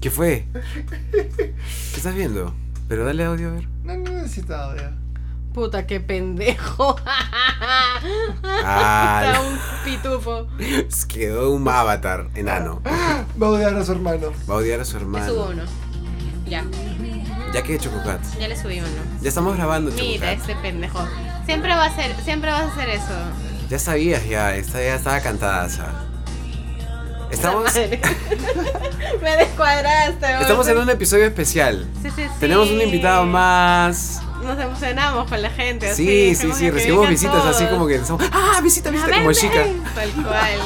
¿Qué fue? ¿Qué estás viendo? Pero dale audio a ver. No, no necesito audio. Puta, qué pendejo. Está Ah, un pitufo. se quedó un avatar enano. Va a odiar a su hermano. Va a odiar a su Le subo hermano. uno. Ya, Ya que Chococat. ya le subí uno. Ya estamos grabando, Mira, Chococat. este pendejo. Siempre va a ser, siempre vas a hacer eso. Ya sabías, ya. Esta ya estaba cantada. esa. Estamos, La madre. Me descuadraste. boludo. estamos en un episodio especial. Sí, sí, sí. Tenemos un invitado más. Nos emocionamos con la gente. Sí, así, sí, como sí. que Recibimos vengan visitas así todos. como que estamos. ¡Ah, visita, A visita! ver, Como ven, chica. Tal cual.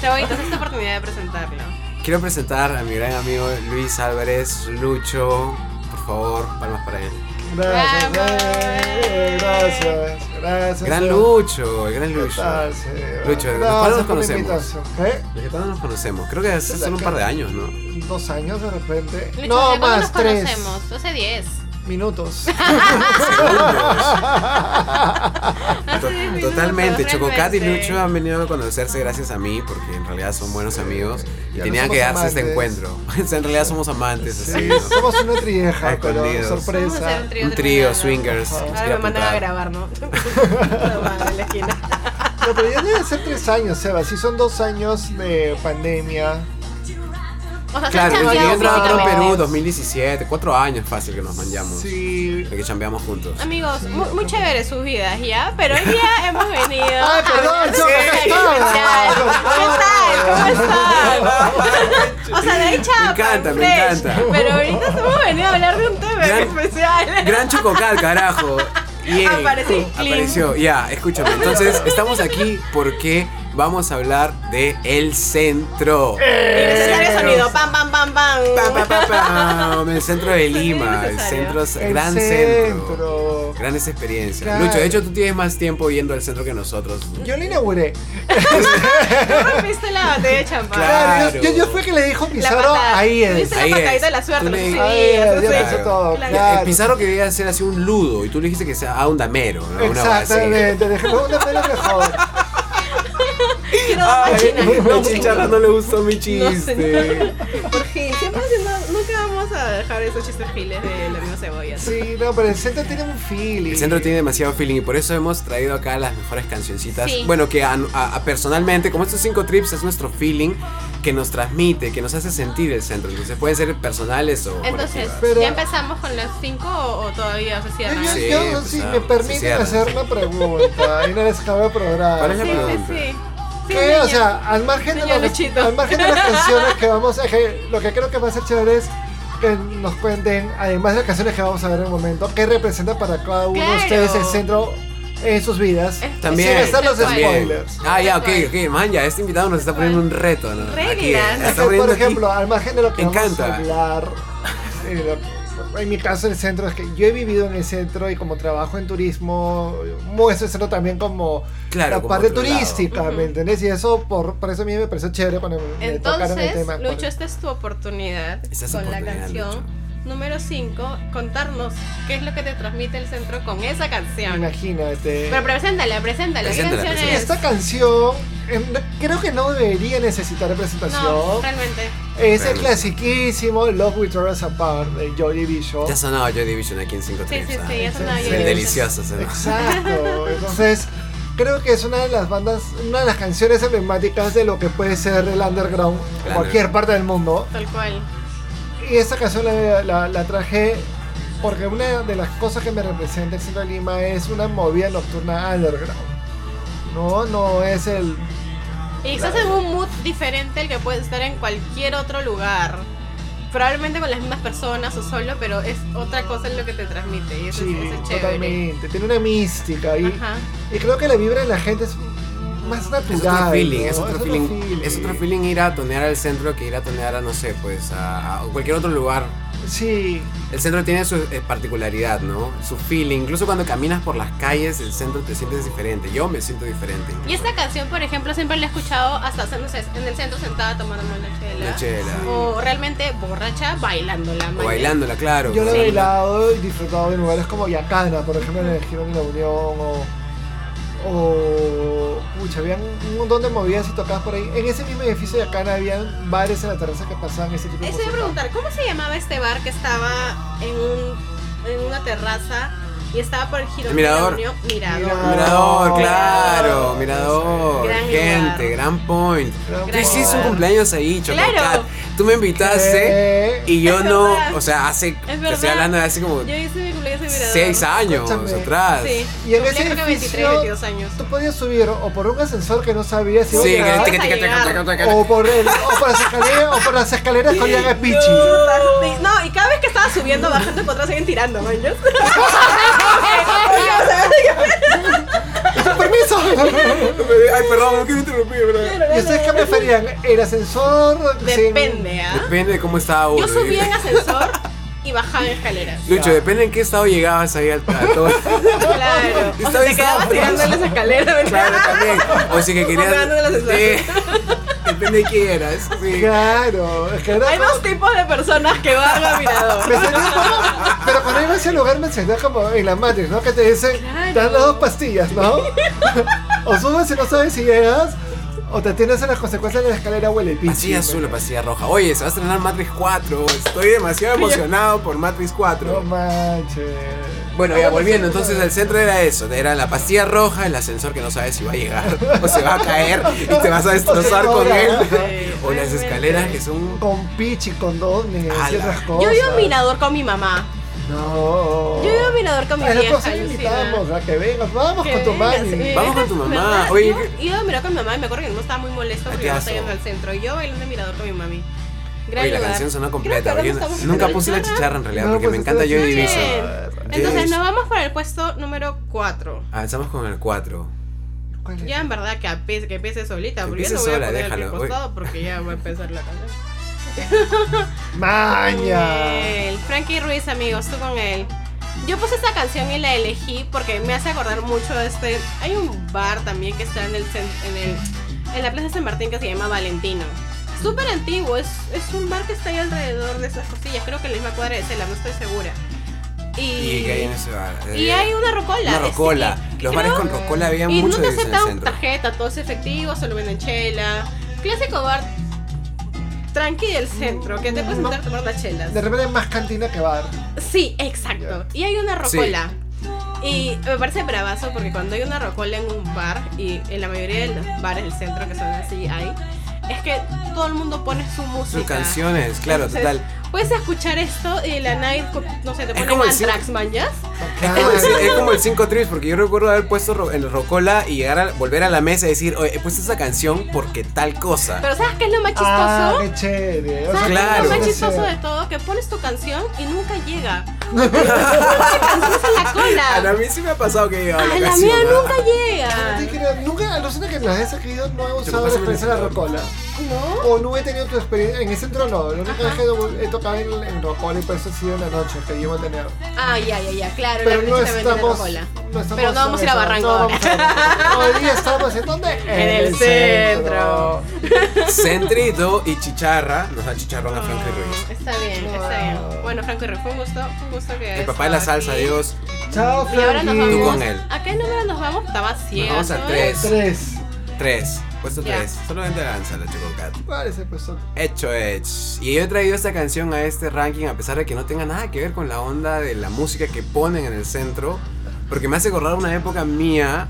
Chaboitos, esta oportunidad de presentarlo. Quiero presentar a mi gran amigo Luis Álvarez Lucho. Por favor, palmas para él. Gracias, Vamos. eh, gracias, gracias. Gran Lucho, el gran Lucho. Lucho, Lucho, ¿de cuándo nos conocemos? ¿Eh? Desde cuándo nos conocemos, creo que hace solo un par de años, ¿no? Dos años de repente. Lucho, no, ¿de cuándo nos más, tres conocemos? Hace 10. minutos. To- Ah, sí, Totalmente, sí, Chococat y realmente. Lucho han venido a conocerse gracias a mí, porque en realidad son buenos amigos y Ya tenían no que somos darse este amantes. encuentro. O sea, en realidad somos amantes, así, sí, ¿no? somos una trieja, Ay, pero conmigo. Vamos a hacer sorpresa. un trío. Un trío, tremendo. swingers. Ajá. los Ahora quiero me mandan a apuntar. grabar, ¿no? La madre, en la esquina. No, pero ya debe ser tres años, Seba. Sí, son dos años de pandemia. O sea, Claro, se han desde que yo cambiado entré a Pro Perú físicamente. 2017, cuatro años fácil que nos manchamos, Sí. de que chambeamos juntos. Amigos, muy, muy chévere sus vidas, ¿ya? Pero hoy día hemos venido. Ay, perdón, a- yo, ¿qué tal? ¿Qué tal? ¿Cómo Ah, están? O sea, de ahí chapa, encanta, me fresh, encanta. Pero ahorita hemos venido a hablar de un tema Gran- especial. Gran Chococat, carajo. Yay. Aparecí, clean. Apareció. Ya, escúchame. Entonces, estamos aquí porque vamos a hablar de el centro. Innecesario Centro. sonido, pam, pam, pam, pam. Pa, pa, pa, pam. El centro de Sonido Lima. El innecesario. centro, es- El gran centro. centro. Grandes experiencias. Claro. Lucho, de hecho, tú tienes más tiempo yendo al centro que nosotros. Yo le inauguré. Tú rompiste la botella de champán. Claro. Claro, yo, yo, yo fue que le dijo La Pizarro, patada. ahí es. Tuviste Ahí la patadita es. de la suerte. Tú no le- sé si Ahí días, es, no ya sé. hizo todo, Claro. claro. El Pizarro quería hacer así un ludo y tú le dijiste que sea a un damero. ¿no? Una hueá así. Exactamente, dejemos una pena mejor. Quiero dos machinas. Ay, La chicharra no le gustó mi chiste. Por gil. Siempre haciendo. Nunca vamos a dejar esos chistes giles de la misma cebolla. Sí, no, pero el centro tiene un feeling. El centro tiene demasiado feeling y por eso hemos traído acá las mejores cancioncitas. Sí. Bueno, que a- a- a personalmente, como estos cinco trips es nuestro feeling que nos transmite, que nos hace sentir el centro. Entonces pueden ser personales o Entonces, colectivas. Pero- ¿ya empezamos con los cinco o, o todavía se Yo, cierran? yo, Sí, yo, pues, si ah, me sí, permiten cierra. hacer una pregunta, y no les cabe programa. ¿Cuál es la Sí, sí, pregunta? sí. Sí, ¿Qué? O niña. sea, al margen, de Señor las, Luchito. al margen de las canciones que vamos a... que lo que creo que va a ser chévere es que nos cuenten, además de las canciones que vamos a ver en el momento, qué representa para cada uno de Claro. ustedes el centro en sus vidas. Es- Sin También, gastar los también. spoilers. Ah, ya, ok, ok, man, ya, este invitado nos está poniendo un reto, ¿no? Ready Aquí, dance. está Es que, poniendo por aquí. ejemplo, al margen de lo que Me vamos encanta. a hablar, eh, lo- en mi caso el centro es que yo he vivido en el centro y como trabajo en turismo, muestro el centro también como Claro, la como parte otro lado. turística, Ujú. ¿me entendés? Y eso por, por eso a mí me pareció chévere cuando me- me tocaron el Entonces, tema. por- Lucho, esta es tu oportunidad Esta es tu con la oportunidad, canción número 5, contarnos qué es lo que te transmite el centro con esa canción. Imagínate. Pero preséntala, preséntala. ¿Qué Preséntala, canción es? Esta canción eh, no- creo que no debería necesitar No, presentación. realmente. es el Realmente. clasiquísimo Love We Tear Us Apart de Joy Division. Ya sonaba Joy Division aquí en 5 Sí, trips. sí, ah. sí, ya sonaba Sí, yo. sí. Delicioso, se nos- Exacto. Entonces, creo que es una de las bandas, una de las canciones emblemáticas de lo que puede ser el underground en El cualquier parte del mundo. Tal cual. Y esta canción la, la- la traje porque una de las cosas que me representa el centro de Lima es una movida nocturna underground. No, no es el. Y estás en Claro. un mood diferente al que puedes estar en cualquier otro lugar. Probablemente con las mismas personas o solo, pero es otra cosa lo que te transmite. Y eso, Sí, es- eso es chévere. totalmente. Tiene una mística. Y, Ajá. y creo que la vibra de la gente es más natural. Es otro feeling, ¿no? es otro feeling, es otro feeling ir a tonear al centro que ir a tonear a, no sé, pues a, a cualquier otro lugar Sí. El centro tiene su eh, particularidad, ¿no? Su feeling. Incluso cuando caminas por las calles, el centro te sientes diferente. Yo me siento diferente. Y esta canción, por ejemplo, siempre la he escuchado hasta no sé, en el centro sentada tomando una chela. La chela. O realmente borracha bailándola. O man. bailándola, claro. Yo lo he Sí. bailado y disfrutado en lugares como Yacana, por ejemplo, en el Girón y la Unión, o, o pucha, habían un montón de movidas y tocadas por ahí. En ese mismo edificio de Acana habían bares en la terraza que pasaban ese tipo de Eso iba a música. preguntar, ¿cómo se llamaba este bar que estaba en, un, en una terraza y estaba por el giro El mirador. Mirador. Mirador, Oh, claro, mirador. mirador, Gran gente, lugar. gran point. Gran Tú hiciste un lugar. cumpleaños ahí, Chococat. Claro. Tú me invitaste Eh, y yo Es no, verdad. o sea, hace, te verdad. estoy hablando de hace como Yo hice mi cumpleaños en Mirador. seis años Escúchame. atrás. Sí. Y en Cumplía ese creo que 23, edificio- 22 años. Tú podías subir o por un ascensor que no sabías si Sí, iba a que- llegar, que- que- que- que- que- que- o por el, o por las escaleras, o por las escaleras con Jan Pichi. Sí, No, y cada vez que estaba subiendo, bajando, encontraba a alguien tirando, man. yo- ¡Con permiso! Ay, perdón, no quiero interrumpir, bro. ¿Y ustedes qué preferían? ¿El ascensor? sin- Depende, ¿ah? Depende de cómo estaba uno. Yo subía en digo. ascensor y bajaba en escaleras. Lucho, depende en qué estado llegabas ahí al plato. Claro. O Está sea, te bien, quedabas está tirando en las escaleras, claro, ¿verdad? también. O si que querías. Comprando las Sí. Depende de quién eras. Sí. Claro, es que era Hay como- dos tipos de personas que van a mirador. Me sentí como- Pero cuando iba a ese lugar me sentía como en la Matrix, ¿no? Que te dicen, Claro. te dan las dos pastillas, ¿no? o subes y no sabes si llegas, o te atiendes a las consecuencias de la escalera huele pichi. Pasilla azul o pasilla roja. Oye, se va a estrenar Matrix 4. Estoy demasiado emocionado por Matrix 4. No manches. Bueno, ya volviendo, entonces el centro era eso, era la pastilla roja, el ascensor que no sabes si va a llegar o se va a caer y te vas a destrozar con él. O las escaleras que son... Con pichi, con dones y Ala. otras Yo cosas. vivo en mirador con mi mamá. No. Yo vivo en mirador con mi A la vieja. próxima alucina. invitamos a que vengas. Vamos Que con tu venga, mami. sí. Vamos con tu mamá. ¿Verdad? Oye, Yo ¿qué- iba a mirar con mi mamá y me acuerdo que mi mamá estaba muy molesto porque yo Pateazo. estaba yendo al centro. Y yo bailando en mirador con mi mami. Gran Oye, la lugar. canción sonó Creo que completa. ahora Yo no estamos nunca haciendo puse la chicharra en realidad No, porque pues, me encanta está Joy bien. Division. Joy Entonces Division. nos vamos para el puesto número 4. Avanzamos Ah, con el 4. ¿Cuál es? Ya en verdad que empiece, que empiece solita, Que porque yo empiece no voy sola, a poner déjalo, aquí voy. al costado porque ya va a empezar la canción. Maña. Él, Frankie Ruiz, amigos, tú con él. Yo puse esta canción y la elegí porque me hace acordar mucho de este. Hay un bar también que está en el cen- en, el- en la Plaza San Martín que se llama Valentino. Súper antiguo, es, es un bar que está ahí alrededor de esas cosillas. Creo que en la misma cuadra de Cela, no estoy segura. Y, Y que hay en ese bar. y hay una rocola. Una es- rocola. y- Los creo- bares con rocola había y muchos no te de esos en el aceptan centro. tarjeta, todo es efectivo, solo venden chela. Clásico bar tranqui del centro, que te puedes sentar a tomar las chelas. De repente es más cantina que bar. Sí, exacto. Y hay una Sí. rocola. Y me parece bravazo porque cuando hay una rocola en un bar, y en la mayoría de los bares del centro que son así hay, es que todo el mundo pone su música. Sus canciones, claro, Entonces, total. Puedes escuchar esto y la night, no sé, te Es ponen como Ah. el Anthrax, manjas. Es Ah, como el cin- Es como el 5 trips, porque yo recuerdo haber puesto ro- en el Rocola y llegar a volver a la mesa y decir, oye, he puesto esa canción porque tal cosa. Pero ¿sabes qué es lo más chistoso? Ah, qué chévere. O ¿Sabes sea, Claro. qué es lo o más chistoso de todo? Que pones tu canción y nunca llega. la canción es en la cola. A la mí sí me ha pasado que yo A la, canción, mía ¿ah? nunca llega. Así que no- Nunca alucina que las he sacado, no he usado la pásame experiencia de la el- rocola. ¿No? O no he tenido tu experiencia. En el centro no. La única vez que he tocado en, en rocola y por eso ha sido en la noche que llevo a tener. Ah, ya, ya, ya, claro, Pero la no noche también estamos, tiene rocola. no estamos Pero no vamos a ir a eso, Barranco no ahora. vamos a- Hoy día estamos en dónde? En el centro. Sentry, Do y Chicharra nos da chicharrón a Ah, Frankie Ruiz. Está bien, está bien. Bueno, Franco y Ruiz, fue un gusto, fue un gusto que El papá de la estado salsa, aquí. Dios. Chao, Y ahora nos Frankie. vamos. Tú con él. ¿A qué número nos vamos? Estaba ¿eh? ciego. vamos a tres. Tres. Tres. Puesto Ya. tres. Solamente danza la Chococat. ¿Cuál es el puesto? Hecho es. Y yo he traído esta canción a este ranking a pesar de que no tenga nada que ver con la onda de la música que ponen en el centro. Porque me hace acordar una época mía,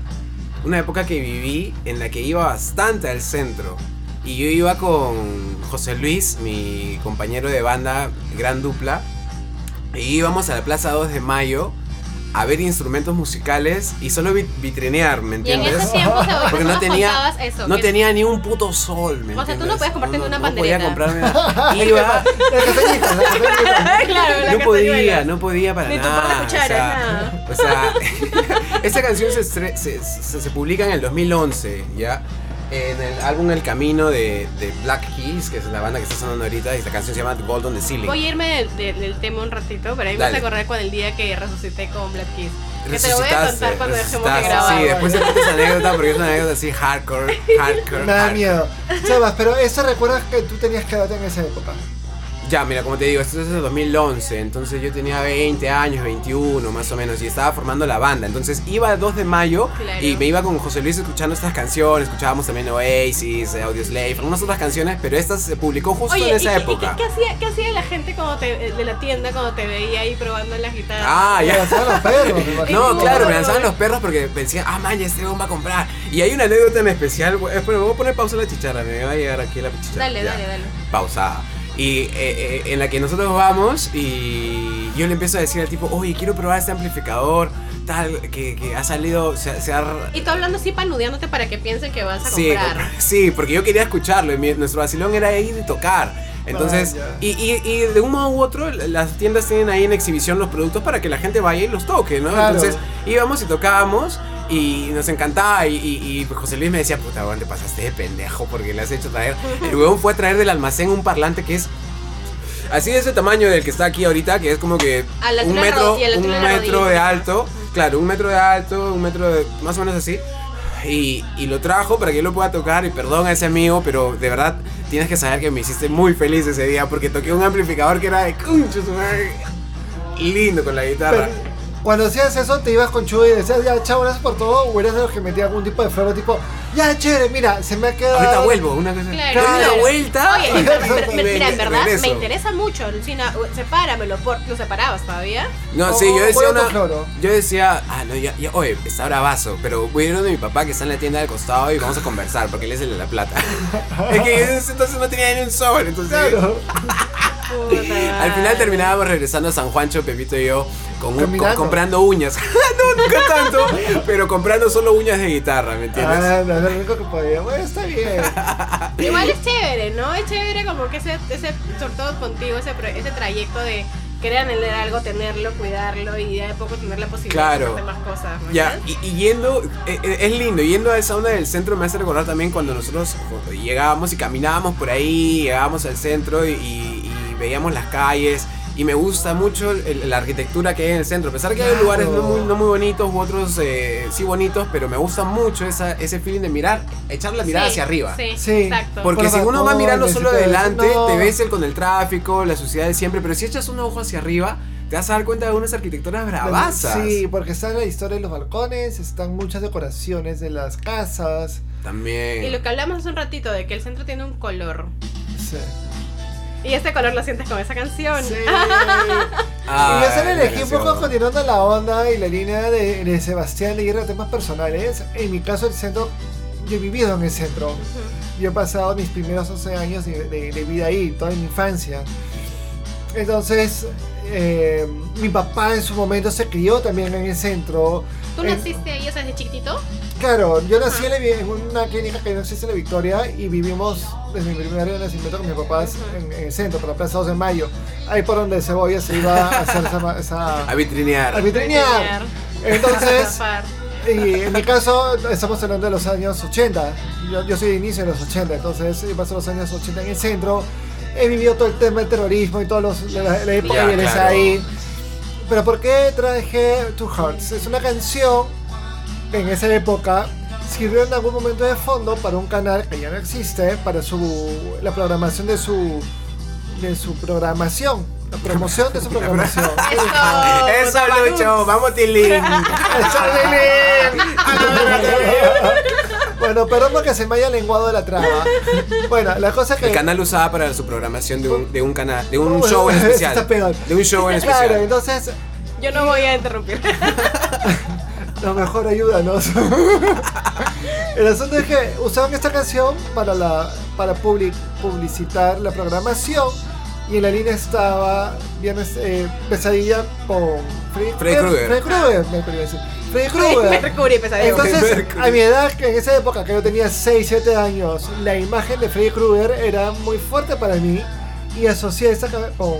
una época que viví en la que iba bastante al centro. Y yo iba con José Luis, mi compañero de banda, gran dupla. Y íbamos a la Plaza 2 de Mayo a ver instrumentos musicales y solo vi- vitrinear, ¿me Y en entiendes? ese tiempo te voy Porque no tenía- eso. No que- tenía ni un puto sol, ¿me O sea, tú entiendes? no podías comprarte No, una no podía pandereta. comprarme nada. Iba, La castañita, la castañita. claro, la no que podía, tenía. no podía para Ni tu par de nada. cucharas, o sea, o sea, esta canción se, estre- se, se- se publica en el 2011, ¿ya? En el álbum El Camino de, de Black Keys, que es la banda que está sonando ahorita, y la canción se llama Gold on the Ceiling. Voy a irme del, del- del tema un ratito, pero ahí me Dale. vas a acordar con el día que resucité con Black Kiss. Que te lo voy a Resucitaste, contar cuando dejemos de resucitaste. grabar. eh, Sí, después te cuento esa anécdota porque es una anécdota así hardcore, hardcore. Me da hardcore. miedo. Sebas, pero eso recuerdas que tú tenías que edad en esa época. Yo Ya, mira, como te digo, esto es el 2011, entonces yo tenía 20 años, 21 más o menos, y estaba formando la banda. Entonces iba el 2 de mayo Claro. y me iba con José Luis escuchando estas canciones, escuchábamos también Oasis, Audioslave, algunas otras canciones, pero estas se publicó justo Oye, en ¿y esa qué- y época. qué, qué hacía, qué hacía la gente cuando te- de la tienda cuando te veía ahí probando las guitarras? Ah, Me ya. lanzaban los perros, me imagino. No, tú, claro, me bro. lanzaban los perros porque decían, ah, man, ya este hombre va a comprar. Y hay una anécdota en especial, güey. Espera, me voy a poner pausa a la chicharra, me va a llegar aquí la chicharra. dale, Ya. dale, dale. pausada. Y eh, eh, en la que nosotros vamos y yo le empiezo a decir al tipo, oye, quiero probar este amplificador, tal, que, que ha salido, se, ha- se ha... Y tú hablando así panudeándote para que piensen que vas a Sí, comprar. comprar. sí, porque yo quería escucharlo y mi- nuestro vacilón era ir y tocar. Entonces, Vaya. y, y- y de un modo u otro, las tiendas tienen ahí en exhibición los productos para que la gente vaya y los toque, ¿no? Claro. Entonces, íbamos y tocábamos y nos encantaba. Y, y- y, pues, José Luis me decía, puta, weón, te pasaste de pendejo porque le has hecho traer. El weón fue a traer del almacén un parlante que es. Así de ese tamaño del que está aquí ahorita, que es como que A la un altura de la metro, rodilla, a la un altura de la metro rodilla. de alto, claro, un metro de alto, un metro de, más o menos así, y, y lo trajo para que yo lo pueda tocar. Y perdón a ese amigo, pero de verdad tienes que saber que me hiciste muy feliz ese día porque toqué un amplificador que era de concho, su madre, lindo con la guitarra. Pero Cuando hacías eso, te ibas con Chuy y decías, ya, chao, gracias por todo. O eras de los que metía algún tipo de floro, tipo, ya, chévere, mira, se me ha quedado. Ahorita vuelvo, una cosa. Claro. doy una Claro. vuelta. Oye, y en ver- me- me- mira, en verdad regreso. me interesa mucho, Lucina. Sepáramelo, por, ¿lo separabas todavía? No, O- sí, o yo decía vuelvo una. con cloro. Yo decía, ah, no, ya, ya, oye, está bravazo, pero voy a ir donde mi papá que está en la tienda del costado y vamos a conversar porque él es el de la plata. es que en ese entonces no tenía ni un sol, entonces. Claro. Puta. Al final terminábamos regresando a San Juancho, Pepito y yo, con un- Caminando. con- comprando uñas. no, nunca tanto, pero comprando solo uñas de guitarra, ¿me entiendes? Ah, no, lo único que podía. Bueno, está bien. Igual es chévere, ¿no? Es chévere como que ese, ese sobre todo contigo, ese, pro- ese trayecto de querer anhelar algo, tenerlo, cuidarlo y de a poco tener la posibilidad Claro. de hacer más cosas. ¿no? Ya, y, y yendo, eh, eh, es lindo, yendo a esa onda del centro me hace recordar también cuando nosotros llegábamos y caminábamos por ahí, llegábamos al centro y, y- y veíamos las calles. Y me gusta mucho el- la arquitectura que hay en el centro. A pesar que hay Claro. lugares no muy, no muy bonitos u otros eh, sí bonitos, pero me gusta mucho esa, ese feeling de mirar, echar la mirada Sí, hacia arriba. Sí, Sí. exacto. Porque Por si uno va balcones mirando y solo todo eso, adelante, no. te ves el, con el tráfico, la suciedad de siempre. Pero si echas un ojo hacia arriba, te vas a dar cuenta de unas arquitecturas bravasas. Sí, porque está la historia de los balcones, están muchas decoraciones de las casas. También. Y lo que hablamos hace un ratito de que el centro tiene un color. Sí. Y este color lo sientes con esa canción. Sí. Ah, y yo se le la elegí un poco canción. continuando la onda y la línea de, de Sebastián de Guerra, temas personales. En mi caso, el centro, yo he vivido en el centro. Yo he pasado mis primeros 11 años de, de- de vida ahí, toda mi infancia. Entonces, eh, mi papá en su momento se crió también en el centro. ¿Tú Eh, naciste ahí, o sea, desde chiquitito? Claro, yo nací en, la Ajá. vi- en una clínica que no existe en la Victoria y vivimos desde mi primer año de nacimiento con mis papás Ajá. en, en el centro, por la Plaza 2 de Mayo. Ahí por donde Cebolla se iba a hacer esa... esa- A vitrinear. a vitrinear. Entonces, Tapar. y en mi caso, estamos hablando de los años 80. Yo, yo soy de inicio de los 80, entonces eh, yo paso los años 80 en el centro. He vivido todo el tema del terrorismo y toda la, la época Ya, del claro. SAI. Pero ¿por qué traje Two Hearts? Es una canción que en esa época sirvió en algún momento de fondo para un canal que ya no existe, para su, la programación de su, de su programación, la promoción de su programación. Eso, Eso, puta Lucho. Vamos, Tilín. Bueno, perdón porque se me haya lenguado la trama. Bueno, la cosa es que. El canal usaba para su programación de un, de un canal, de un Bueno, show en eso especial. está peor. De un show en especial. Claro, entonces, Yo no voy a interrumpir. lo mejor ayúdanos. El asunto es que usaban esta canción para, la, para public- publicitar la programación. Y en la línea estaba viernes, eh, Pesadilla con Fre- Freddy eh, Krueger. Freddy Krueger, me quería decir. Freddy Me Krueger. recubrí, pesadilla. Entonces, Mercury. a mi edad, que en esa época que yo tenía 6, 7 años, la imagen de Freddy Krueger era muy fuerte para mí y asocié esta ca- con,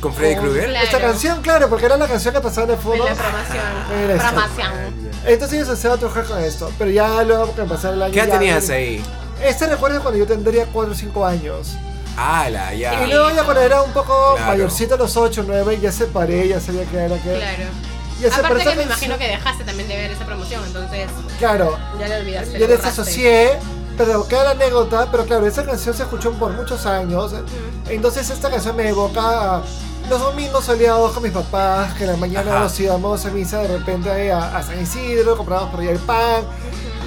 Con Freddy con Krueger. Esta Claro. canción, claro, porque era la canción que pasaba de En fondo. la programación. Era eso. Programación. Entonces yo asocié a trabajar con esto, pero ya luego que pasaba el año. ¿Qué edad ya- tenías ahí? Este recuerdo es cuando yo tendría 4 o 5 años. Ala, Y ya. luego ya cuando era un poco Claro. mayorcito, a los 8, 9, ya separé, ya sabía que era que. Claro. Ya separé Aparte esta que me canción. imagino que dejaste también de ver esa promoción, entonces Claro, ya la olvidaste. yo la borraste. desasocié Pero queda la anécdota, pero claro, esta canción se escuchó por muchos años. Entonces esta canción me evoca a los domingos soleados con mis papás, que en la mañana Ajá. nos íbamos a misa de repente ahí a, a San Isidro, comprábamos por allá el pan.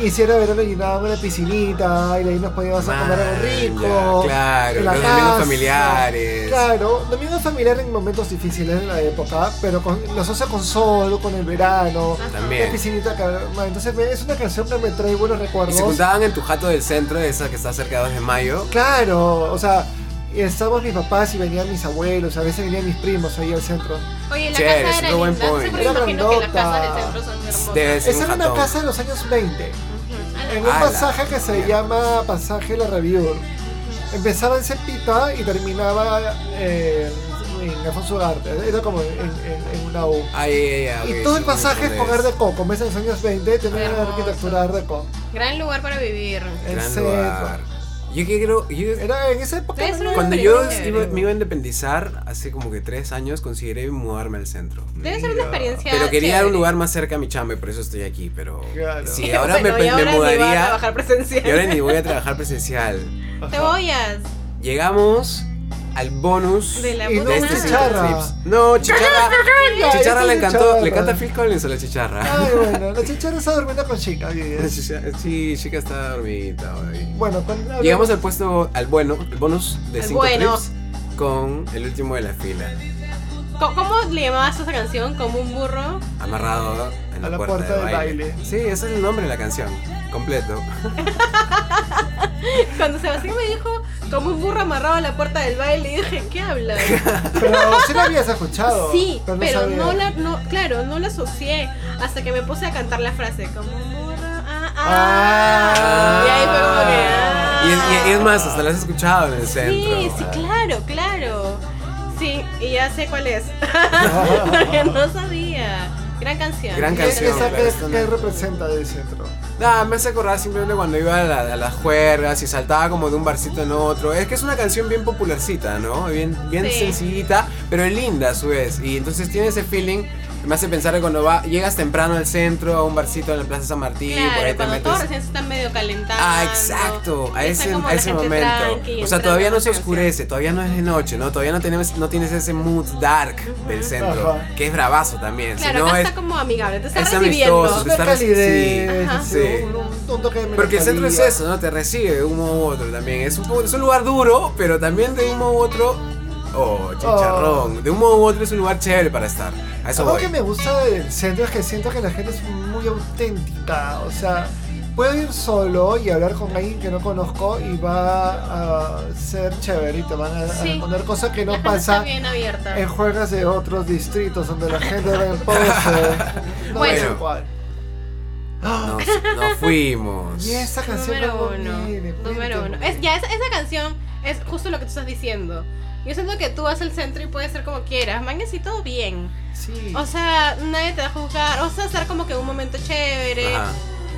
Y si era verano llenábamos la piscinita y de ahí nos podíamos a comer algo rico. Ya, claro, en la los domingos casa. familiares. Claro, domingo familiar en momentos difíciles de la época, pero con, lo asocia con sol, con el verano, Ah, Ajá. la También. piscinita. calma. Entonces me- es una canción que me trae buenos Y recuerdos. se juntaban en tu jato del centro, esa que está cerca de 2 de mayo. Claro, o sea, y estábamos mis papás y venían mis abuelos, a veces venían mis primos ahí al centro. Oye, la Chévere, casa es era un buen linda. No sé point. por qué Era imagino que las grandota. casas del centro son hermosas. Debe ser Esa un era una jatón. casa de los años 20, Ujú. A la- en un Ala. pasaje que se llama Pasaje La Review. Empezaba en Cepita y terminaba eh, en Alfonso Ugarte, era como en, en- en una U. Ay, ay, ay, ok, Y todo el sí, pasaje es con joder. Art Deco, comienza en los años 20, tenía una Hermoso. arquitectura Art Deco. Gran lugar para vivir. El Gran centro. lugar. Yo que creo. yo- Era en esa época. Es ¿no? un- cuando yo Chévere. iba- me iba a independizar, hace como que tres años, consideré mudarme al centro. Debe ser una experiencia. Pero quería chévere. un lugar más cerca a mi chamba y por eso estoy aquí. Pero Claro. si ahora Bueno, me, y me ahora ni va a mudaría. trabajar presencial. Y ahora ni voy a trabajar presencial. Ajá. Te voyas. Llegamos al bonus De la Y puta no este madre. chicharra. Trips. No, chicharra. Ay, chicharra esta le encantó. Le chicharra. canta Phil Collins a la chicharra. Ay, bueno, la chichara está durmiendo con chica. oye, es- Eh, Pues Sí, chica está dormida hoy. Bueno, cuando Llegamos al puesto, al bueno, el bonus de Al 5 bueno. trips con el último de la fila, Co- ¿Cómo le llamabas a esa canción? ¿Como un burro? amarrado en la, A la puerta, puerta del del baile. baile. Sí, ese es el nombre de la canción, completo. Cuando Sebastián me dijo como un burro amarrado a la puerta del baile, y dije, ¿qué hablas? Pero sí la habías escuchado. sí, pero, sabía. no la, no, claro, no la asocié hasta que me puse a cantar la frase como un burro. Ah, ah. Ah. y ahí fue como que. ah. Y es, y- y es más, hasta la has escuchado en el centro. Sí, sí, claro, claro. Sí, y ya sé cuál es. Porque no sabía. Gran canción. Gran ¿Y canción, esa claro, que, está que bien. representa del centro. Nada, me hace acordar simplemente cuando iba a, la- a las juergas y saltaba como de un barcito en otro. Es que es una canción bien popularcita, ¿no? Bien, bien Sí. sencillita, pero es linda a su vez. Y entonces tiene ese feeling. que Me hace pensar que cuando va, llegas temprano al centro, a un barcito en la Plaza San Martín, por ahí Claro, te cuando metes. todos recién se están medio calentando. Ah, exacto, a Está ese, como a la ese gente momento. tranqui, o sea, entrando todavía en no se la canción. oscurece, todavía no es de noche, ¿no? Todavía no, tenemos, no tienes ese mood dark del centro, Ajá. que es bravazo también. Claro, si no acá es, está como amigable, te está es recibiendo. amistoso, te Una está reci- calidez, Ajá. sí, Sí. Un, un- un toque de Porque el centro es melancolía. eso, ¿no? Te recibe de un modo u otro también. Es un, poco- es un lugar duro, pero también de un modo u otro. Oh, chicharrón. De un modo u otro es un lugar chévere para estar. A eso Algo voy. que me gusta del centro es que siento que la gente es muy auténtica. O sea, puedo ir solo y hablar con alguien que no conozco y va a ser chévere y te van a, a Sí. responder cosas que La no gente está pasa bien abierta. en juegas de otros distritos donde la gente va en pose. No Bueno. sé cuál. Ah, Nos, nos fuimos. Y esa canción Número cómo uno. viene, Número cuéntame. uno. Es, ya, esa, esa canción es justo lo que tú estás diciendo. Yo siento que tú vas al centro y puedes ser como quieras. Mangas y todo bien. Sí. O sea, nadie te va a juzgar. O sea, estar como que en un momento chévere. Ajá.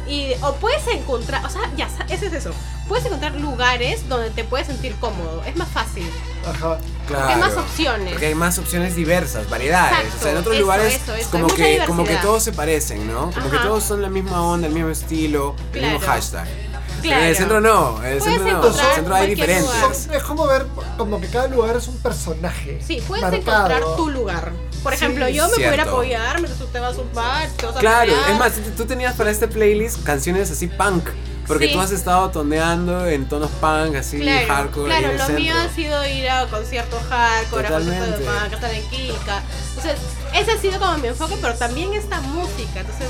Y, o puedes encontrar, o sea, ya, sa- ese es eso. Puedes encontrar lugares donde te puedes sentir cómodo. Es más fácil. Ajá. Claro. Porque hay más opciones. Porque hay más opciones diversas, variedades. o sea, en Exacto, otros eso, lugares eso, eso. Hay Como, mucha que, como que diversidad. todos se parecen, ¿no? Como que Ajá. todos son la misma onda, el mismo estilo, el mismo Claro. hashtag. Pero En Claro. el centro no, en el Puedes centro no, en el encontrar centro hay cualquier diferencias. Es como ver, como que cada lugar es un personaje. Sí, puedes marcado. encontrar tu lugar. Por Sí, ejemplo, yo me cierto. pudiera apoyar mientras tú te vas a un bar, te vas a Claro, apoyar. es más, tú- tú tenías para este playlist canciones así punk, porque Sí. tú has estado toneando en tonos punk, así Claro, hardcore. ahí claro, en el lo centro. mío ha sido ir a conciertos hardcore, a conciertos de Totalmente. punk, a estar en Kika. Entonces, ese ha sido como mi enfoque, pero también esta música. Entonces,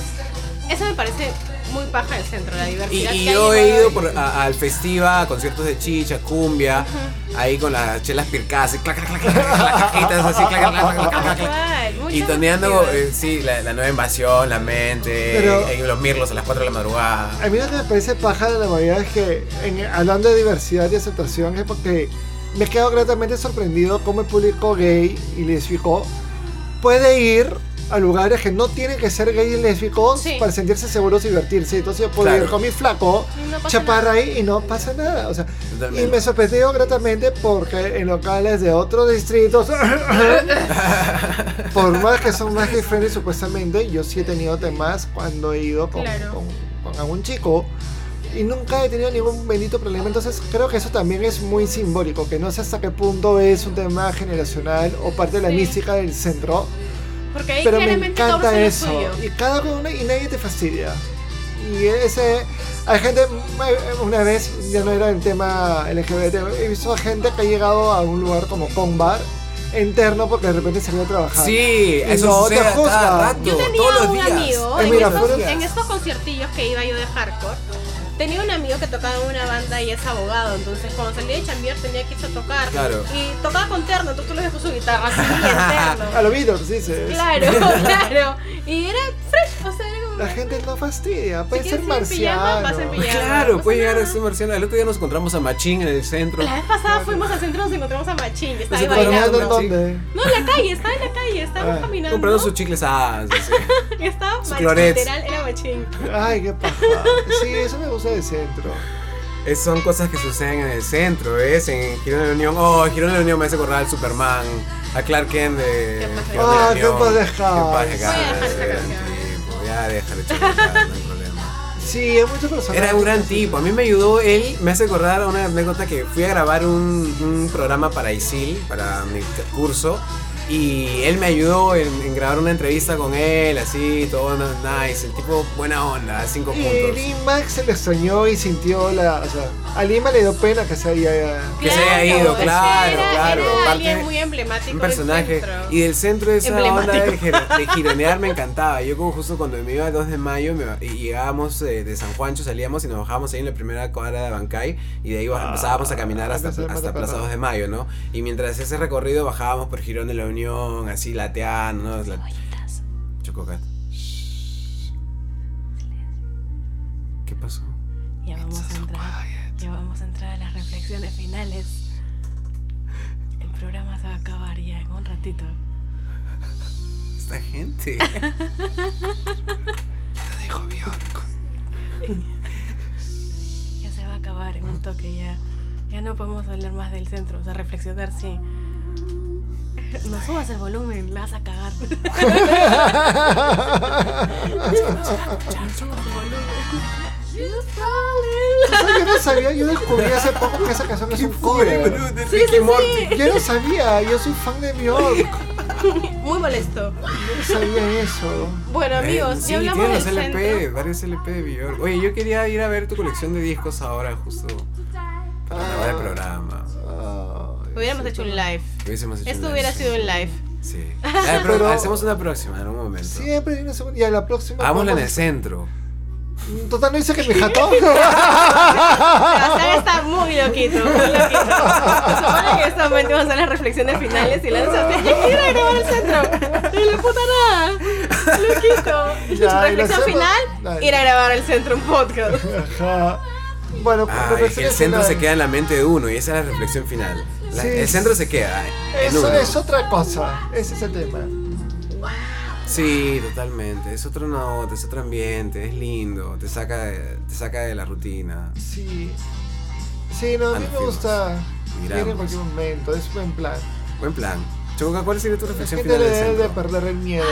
eso me parece muy paja del centro, la Y, diversidad. y que hay yo en he cada ido lugar. por- a- al festiva, a conciertos de chicha, cumbia, ahí con las chelas pircadas, y clac, clac, clac, clac, clac, las cajitas así, clac, clac, clac, clac, clac, clac, clac. Igual, Y muchas toneando, actividades. eh, sí, la, la nueva invasión, la mente, Pero- eh, los mirlos a las 4 de la madrugada. A mí lo que me parece paja de la mayoría es que, en- hablando de diversidad y aceptación, es porque me he quedado gratamente sorprendido cómo el público gay y lésbico puede ir a lugares que no tienen que ser gay y lésbicos Sí. para sentirse seguros y divertirse. Entonces yo puedo Claro. ir con mi flaco, Y no pasa chapar nada. ahí y no pasa nada. O sea, y Totalmente. me sorprendió gratamente porque en locales de otros distritos, por más que son más diferentes supuestamente, yo sí he tenido temas cuando he ido con, Claro. con- con algún chico. y nunca he tenido ningún bendito problema. Entonces creo que eso también es muy simbólico, que no sé hasta qué punto es un tema generacional o parte de la Sí. mística del centro. Porque ahí Pero me claramente cada uno encanta hace eso. lo suyo. Y cada uno y nadie te fastidia. Y ese. Hay gente. Una vez, ya no era en tema LGBT, he visto gente que ha llegado a un lugar como con bar interno porque de repente se había trabajado. Sí, Y eso no sucede te a cada juzgan. rato, Yo tenía todos los un días. amigo Eh, en, mira, estos, fuera- en estos conciertillos que iba yo de hardcore. Tenía un amigo que tocaba en una banda y es abogado, entonces cuando salía de chambear tenía que irse a tocar. Claro. Y tocaba con terno, entonces tú le dejas su guitarra así en A terno. los Beatles, dices. Claro, claro. Y era fresh, o sea, era como. La gente no fastidia, puede quieres ser ir en pijama, vas en marciano. pijama. Ya, Pues no Claro, pasa puede llegar a nada. ser marciano. El otro día nos encontramos a Machín en el centro. La vez pasada fuimos al centro, nos encontramos a Machín, y estaba ahí Nos encontramos ¿Pero Bailando, en bailando. dónde? No, en la calle, estaba en la calle, estábamos Ah, caminando. Comprando sus chicles ah, sí, sí. y estaba sus Machín, clorets. literal, era Machín. Ay, qué paja. Sí, eso me gusta de centro. Es- son cosas que suceden en el centro, ¿ves? En Girón de la Unión. Oh, Girón de la Unión me hace acordar al Superman, a Clark Kent de. Qué paz Girón de la Ah, qué Unión. paz descanse. Qué paz Voy a descanse, dejar esta canción. sí, pues, Ya déjale, chico, ya, no hay problema. Sí, hay muchas personas. Era un gran tipo. A mí me ayudó él. Me hace acordar a una anécdota que fui a grabar un, un programa para ISIL, para mi curso. Y él me ayudó en, en grabar una entrevista con él, así, todo nice. El tipo, buena onda, cinco Y puntos. Limax se le extrañó y sintió la. O sea, a Lima le dio pena que eh. se haya. Que se haya ido, ese claro, era, claro, Era parte- alguien muy emblemático. un personaje. Del centro. Y del centro de esa Emblemático. onda de, gir- de gironear me encantaba. Yo como justo cuando me iba el 2 de mayo me- y llegábamos eh, de San Juancho, salíamos y nos bajábamos ahí en la primera cuadra de Bancay y de ahí baj- empezábamos a caminar hasta, Ah, empezó a hasta matar Plaza perro. 2 de mayo, ¿no? Y mientras ese recorrido bajábamos por Girón de la Unión, así lateando, ¿no? La- Chococat. ¿Qué pasó? Ya vamos a entrar. Ya vamos a entrar a las reflexiones finales. El programa se va a acabar ya en un ratito. Esta gente. Ya se va a acabar en un toque ya. Ya no podemos hablar más del centro, o sea, reflexionar sí. No subas el volumen, la vas a cagar. No subas el volumen. O sea, yo no sabía, yo descubrí hace poco que esa canción es un cover. de Sí, Ricky sí, Morty. Yo no sabía, yo soy fan de Bjork. Muy molesto. Yo no sabía eso. Bueno, Eh, amigos, sí, ya hablamos tiene del los LP, centro. varios LP de Bjork. Oye, yo quería ir a ver tu colección de discos ahora, justo para Ah. grabar el programa. Ay, Hubiéramos sí, hecho un pero- live. Hubiésemos hecho Esto un hubiera live, sido sí. un live. Sí. Ya, pero Pero- hacemos una próxima en un momento. Siempre hay una segunda. Y a la próxima. Hagámosla en el podemos- centro. Total, no dice que mi jato. Sebastián está muy loquito, muy loquito. Se supone que en este momento vamos a hacer las reflexiones finales y lanza Sebastián, ya quiero ir a grabar el centro. Y la puta nada. Loquito. Ya, y lo Reflexión hacemos. final, Dale. ir a grabar el centro un podcast. Ajá. Bueno, Ah, pero es que el centro se queda en la mente de uno y esa es la reflexión final. La- Sí. El centro se queda en Eso uno. es otra cosa. Ese es el tema. Sí, totalmente. Es otro nota, es otro ambiente, es lindo, te saca de, te saca de la rutina. Sí. Sí, no, a mí me Anfield. gusta. Viene Miramos. en cualquier momento, es buen plan. Buen plan. Choca, ¿cuál sería tu La reflexión gente final le del debe de centro? perder el miedo. ¿no?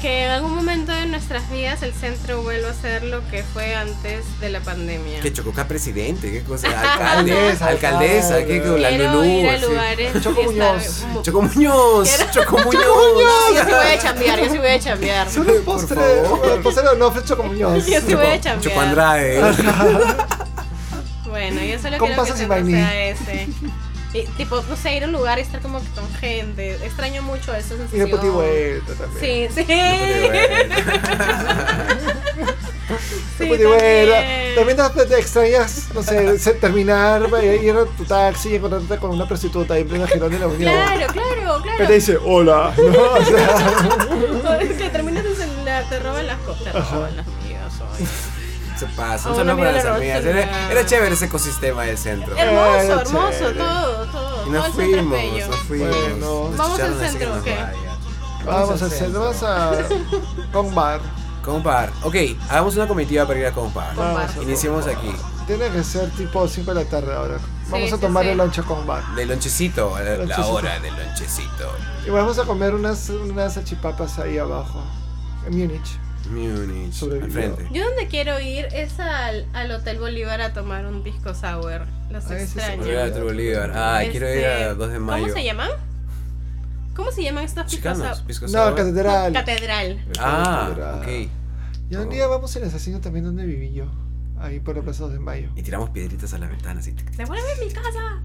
Que Ah, en algún momento de nuestras vidas el centro vuelva a ser lo que fue antes de la pandemia. Que Chococá presidente, qué cosa, alcalde, Alcaldesa, alcaldesa, qué cosa, alcalde. la Quiero Lulú, ir a así. lugares Choco y estar- Muñoz. Choco Muñoz, Quiero- Choco Muñoz. Yo sí voy a chambear, yo sí voy a chambear. Es un postre, favor. un postre de Onofre Choco Muñoz. Yo sí voy a chambear. Choco Andrade. ¿eh? Bueno, yo solo Con quiero que pasas y siempre vainilla. sea ese. Y, tipo, no sé, ir a un lugar y estar como que con gente. Extraño mucho Y esa eh, sensación. de Poti Vuelta también. Sí, sí. eh, De Sí, Poti Vuelta. también. eh, También te- te extrañas, no sé, se- terminar, ir ir a tu taxi y encontrarte con una prostituta ahí en plena Girón de la Unión. Claro, claro, Que te claro. dice, hola. ¿no? O sea, Es que terminas tu celular, te roban las cosas. Oh, Te roban las mías hoy. Se pasa, un saludo Ahora mira para la las amigas. Rosalía. Era, era chévere ese ecosistema del centro. Hermoso, Era hermoso, chévere. todo, todo. Y todo nos el centro es fuimos, bello. nos fuimos. Bueno. Nos Vamos al chicharon, así que centro, nos ¿o qué? vaya. Vamos a hacer, vamos a. Con bar. Compar. Ok, hagamos una comitiva para ir a Compar. Con Vamos a- bar. Iniciemos aquí. Tiene que ser tipo 5 de la tarde ahora. Vamos Sí, a sí, tomar sí. el lonche con bar. Del lonchecito, la, la Lonchecito. hora del lonchecito. Y vamos a comer unas, unas salchipapas ahí abajo, en Múnich. Múnich, Sobrevivió. al frente. Yo donde quiero ir es al, al Hotel Bolívar a tomar un pisco sour. Los Ah, ese es extraño. Volver a tu Bolívar. Ay, quiero ir Este, a 2 de mayo. ¿Cómo se llaman? ¿Cómo se llaman estos pisco Chicanos, sour? pisco No, sour. catedral. Catedral. Ah, ok. Y un día vamos al asesino también donde viví yo. Ahí por la Plaza 2 de Mayo. Y tiramos piedritas a las ventanas. Así. Devuelve mi casa.